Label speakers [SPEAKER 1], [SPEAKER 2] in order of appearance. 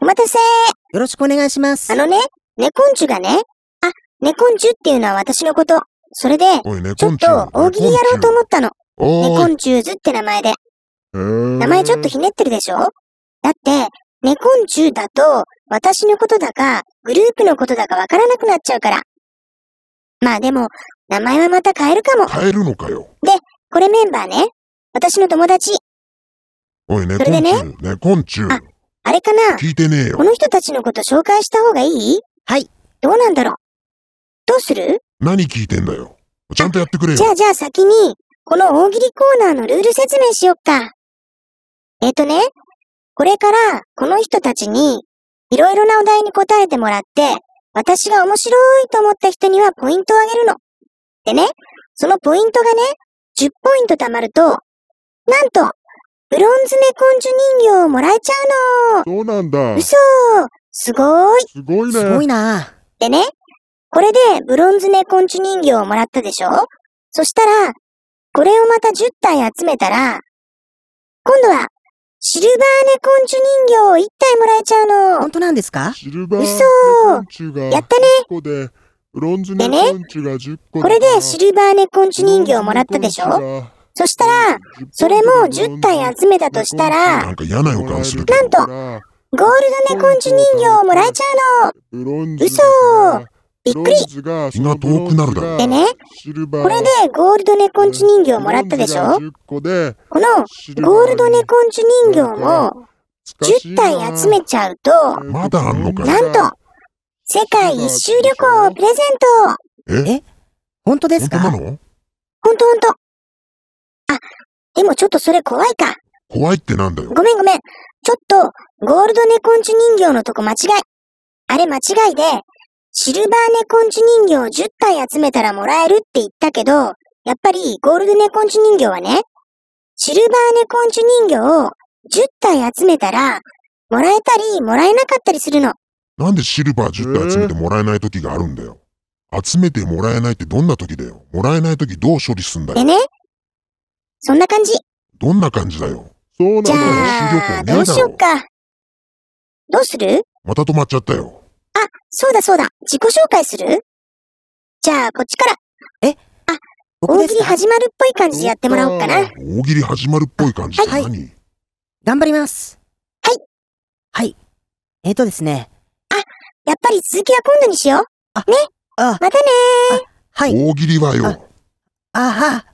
[SPEAKER 1] 待たせ
[SPEAKER 2] よろしくお願いします
[SPEAKER 1] あ。のね、猫んちゅがね、あ、猫んちゅっていうのは私のこと。それで、
[SPEAKER 3] お
[SPEAKER 1] ち
[SPEAKER 3] い、猫
[SPEAKER 1] ょっ
[SPEAKER 3] んちゅ。
[SPEAKER 1] と大喜利やろうと思ったの。
[SPEAKER 3] お
[SPEAKER 1] 猫
[SPEAKER 3] ーい。
[SPEAKER 1] んちゅーずって名前で。名
[SPEAKER 3] 名
[SPEAKER 1] 前ちょっとひねってるでしょだって、猫んちゅうだと、私のことだか、グループのことだかわからなくなっちゃうから。まあでも、名前はまた変えるかも。
[SPEAKER 3] 変えるのかよ。
[SPEAKER 1] これメンバーね。私の友達。
[SPEAKER 3] おい、
[SPEAKER 1] れ
[SPEAKER 3] 猫
[SPEAKER 1] で
[SPEAKER 3] ん
[SPEAKER 1] ね
[SPEAKER 3] ちゅ。猫んちゅ。
[SPEAKER 1] ああれかな
[SPEAKER 3] 聞いてねえよ
[SPEAKER 1] こ。の人たちのこと紹介した方がいい
[SPEAKER 2] はい。
[SPEAKER 1] どうなんだろうどうする
[SPEAKER 3] 何聞いてんだよ。ちゃんとやってくれよ
[SPEAKER 1] じ。ゃあじゃあ先に、この大喜利コーナーのルール説明しよっか。えっ、とね、これからこの人たちに、いろいろなお題に答えてもらって、私が面白いと思った人にはポイントをあげるの。でね、そのポイントがね、10ポイント貯まると、なんと、ブロンズ猫んじゅ人形をもらえちゃうの
[SPEAKER 3] そうなんだ
[SPEAKER 1] 嘘すごい
[SPEAKER 3] すごい
[SPEAKER 2] すごいな。
[SPEAKER 1] でね、これでブロンズネ昆虫人形をもらったでしょそしたら、これをまた10体集めたら、今度は、シルバーネ昆虫人形を1体もらえちゃうの。
[SPEAKER 2] 本当なんですか
[SPEAKER 3] シルバー
[SPEAKER 1] 嘘
[SPEAKER 3] 猫んちゅが
[SPEAKER 1] やったね
[SPEAKER 3] 10個で、ブロンズ
[SPEAKER 1] でね
[SPEAKER 3] 猫んちゅが10個
[SPEAKER 1] これでシ
[SPEAKER 3] ル
[SPEAKER 1] ルバーネ昆虫人形をもらったでしょ
[SPEAKER 3] ょ
[SPEAKER 1] そしたら、それも10体集めたとしたら、
[SPEAKER 3] なんか嫌な予感するけ
[SPEAKER 1] なんと
[SPEAKER 3] ど。
[SPEAKER 1] ゴールドネ昆虫人形をもらえちゃうの。
[SPEAKER 3] ブロンズ
[SPEAKER 1] 嘘びっくり
[SPEAKER 3] り気が遠くなるだろ
[SPEAKER 1] でね、
[SPEAKER 3] シルバー
[SPEAKER 1] これでゴールドネ昆虫人形をもらったでしょ
[SPEAKER 3] ブロンズが10個で
[SPEAKER 1] このゴールドネ昆虫人形も10体集めちゃうと、
[SPEAKER 3] まだあんのかよ
[SPEAKER 1] なんと、世界一周旅行をプレゼント
[SPEAKER 3] え
[SPEAKER 2] 本当です
[SPEAKER 3] 本当
[SPEAKER 2] か
[SPEAKER 3] なの
[SPEAKER 1] ほんとほんと。あ、でもちょっとそれ怖いか。
[SPEAKER 3] 怖いってなんだよ。
[SPEAKER 1] ごめんごめん。ちょっと、ゴールドネコンチュ人形のとこ間違い。あれ間違いで、シルバーネコンチュ人形を10体集めたらもらえるって言ったけど、やっぱりゴールドネコンチュ人形はね、シルバーネコンチュ人形を10体集めたら、もらえたりもらえなかったりするの。
[SPEAKER 3] なんでシルバー10体集めてもらえない時があるんだよ。集めてもらえないってどんな時だよ。もらえない時どう処理すんだ
[SPEAKER 1] で
[SPEAKER 3] よ。
[SPEAKER 1] ね。そんな感じ。
[SPEAKER 3] どんな感じだよ。そう
[SPEAKER 1] じゃあ、どうしよっか。どうする
[SPEAKER 3] また止まっちゃったよ。
[SPEAKER 1] あ、そうだそうだ。自己紹介するじゃあ、こっちから、
[SPEAKER 2] 僕
[SPEAKER 1] 大
[SPEAKER 2] で
[SPEAKER 1] 喜
[SPEAKER 2] す
[SPEAKER 1] 利
[SPEAKER 2] か
[SPEAKER 1] 始まるっぽい感じでやってもらおうかな。
[SPEAKER 3] 大喜利始まるっぽい感じって
[SPEAKER 2] はい
[SPEAKER 3] 何
[SPEAKER 2] 頑張ります。
[SPEAKER 1] はい。
[SPEAKER 2] はい。えっ、ー、とですね。
[SPEAKER 1] やっぱり続きは今度にしよう。
[SPEAKER 2] あ、
[SPEAKER 1] またねー。
[SPEAKER 2] はい。
[SPEAKER 3] 大喜利は
[SPEAKER 2] あ
[SPEAKER 3] よ。
[SPEAKER 2] あは、